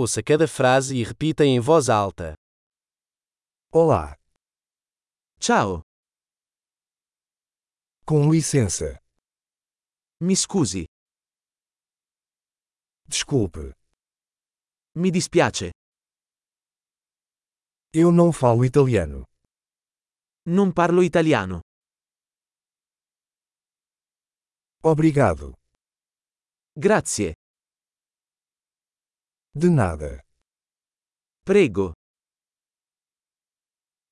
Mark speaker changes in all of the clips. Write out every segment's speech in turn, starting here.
Speaker 1: Ouça cada frase e repita em voz alta.
Speaker 2: Olá,
Speaker 1: Ciao,
Speaker 2: com licença.
Speaker 1: mi scusi,
Speaker 2: Desculpe,
Speaker 1: mi dispiace,
Speaker 2: eu não falo italiano.
Speaker 1: non parlo italiano.
Speaker 2: Obrigado.
Speaker 1: Grazie,
Speaker 2: De nada.
Speaker 1: prego,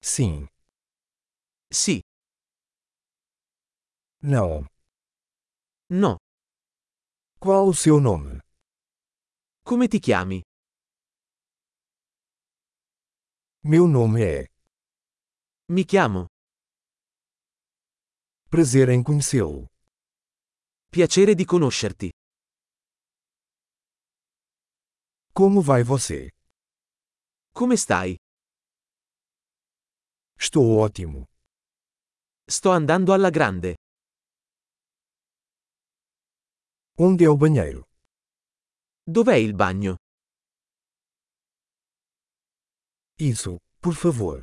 Speaker 2: Sim.
Speaker 1: sì,
Speaker 2: Não.
Speaker 1: no.
Speaker 2: Qual o seu nome?
Speaker 1: Come ti chiami?
Speaker 2: Meu nome é.
Speaker 1: Mi chiamo.
Speaker 2: Prazer em conhecê-lo.
Speaker 1: Piacere di conoscerti.
Speaker 2: Como vai você?
Speaker 1: Come stai?
Speaker 2: Estou ótimo.
Speaker 1: Sto andando alla grande.
Speaker 2: Onde é o banheiro?
Speaker 1: Dov'è il bagno?
Speaker 2: Isso, por favor.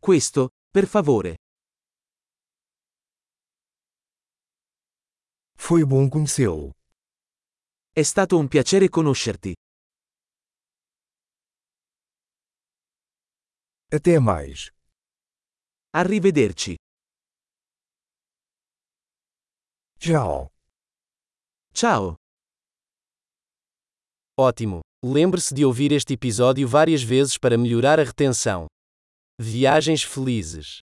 Speaker 1: Questo, per favore.
Speaker 2: Foi bom conhecê-lo.
Speaker 1: È stato un piacere conoscerti.
Speaker 2: Até mais.
Speaker 1: Arrivederci.
Speaker 2: Tchau.
Speaker 1: Ciao. Ótimo! Lembre-se de ouvir este episódio várias vezes para melhorar a retenção. Viagens felizes!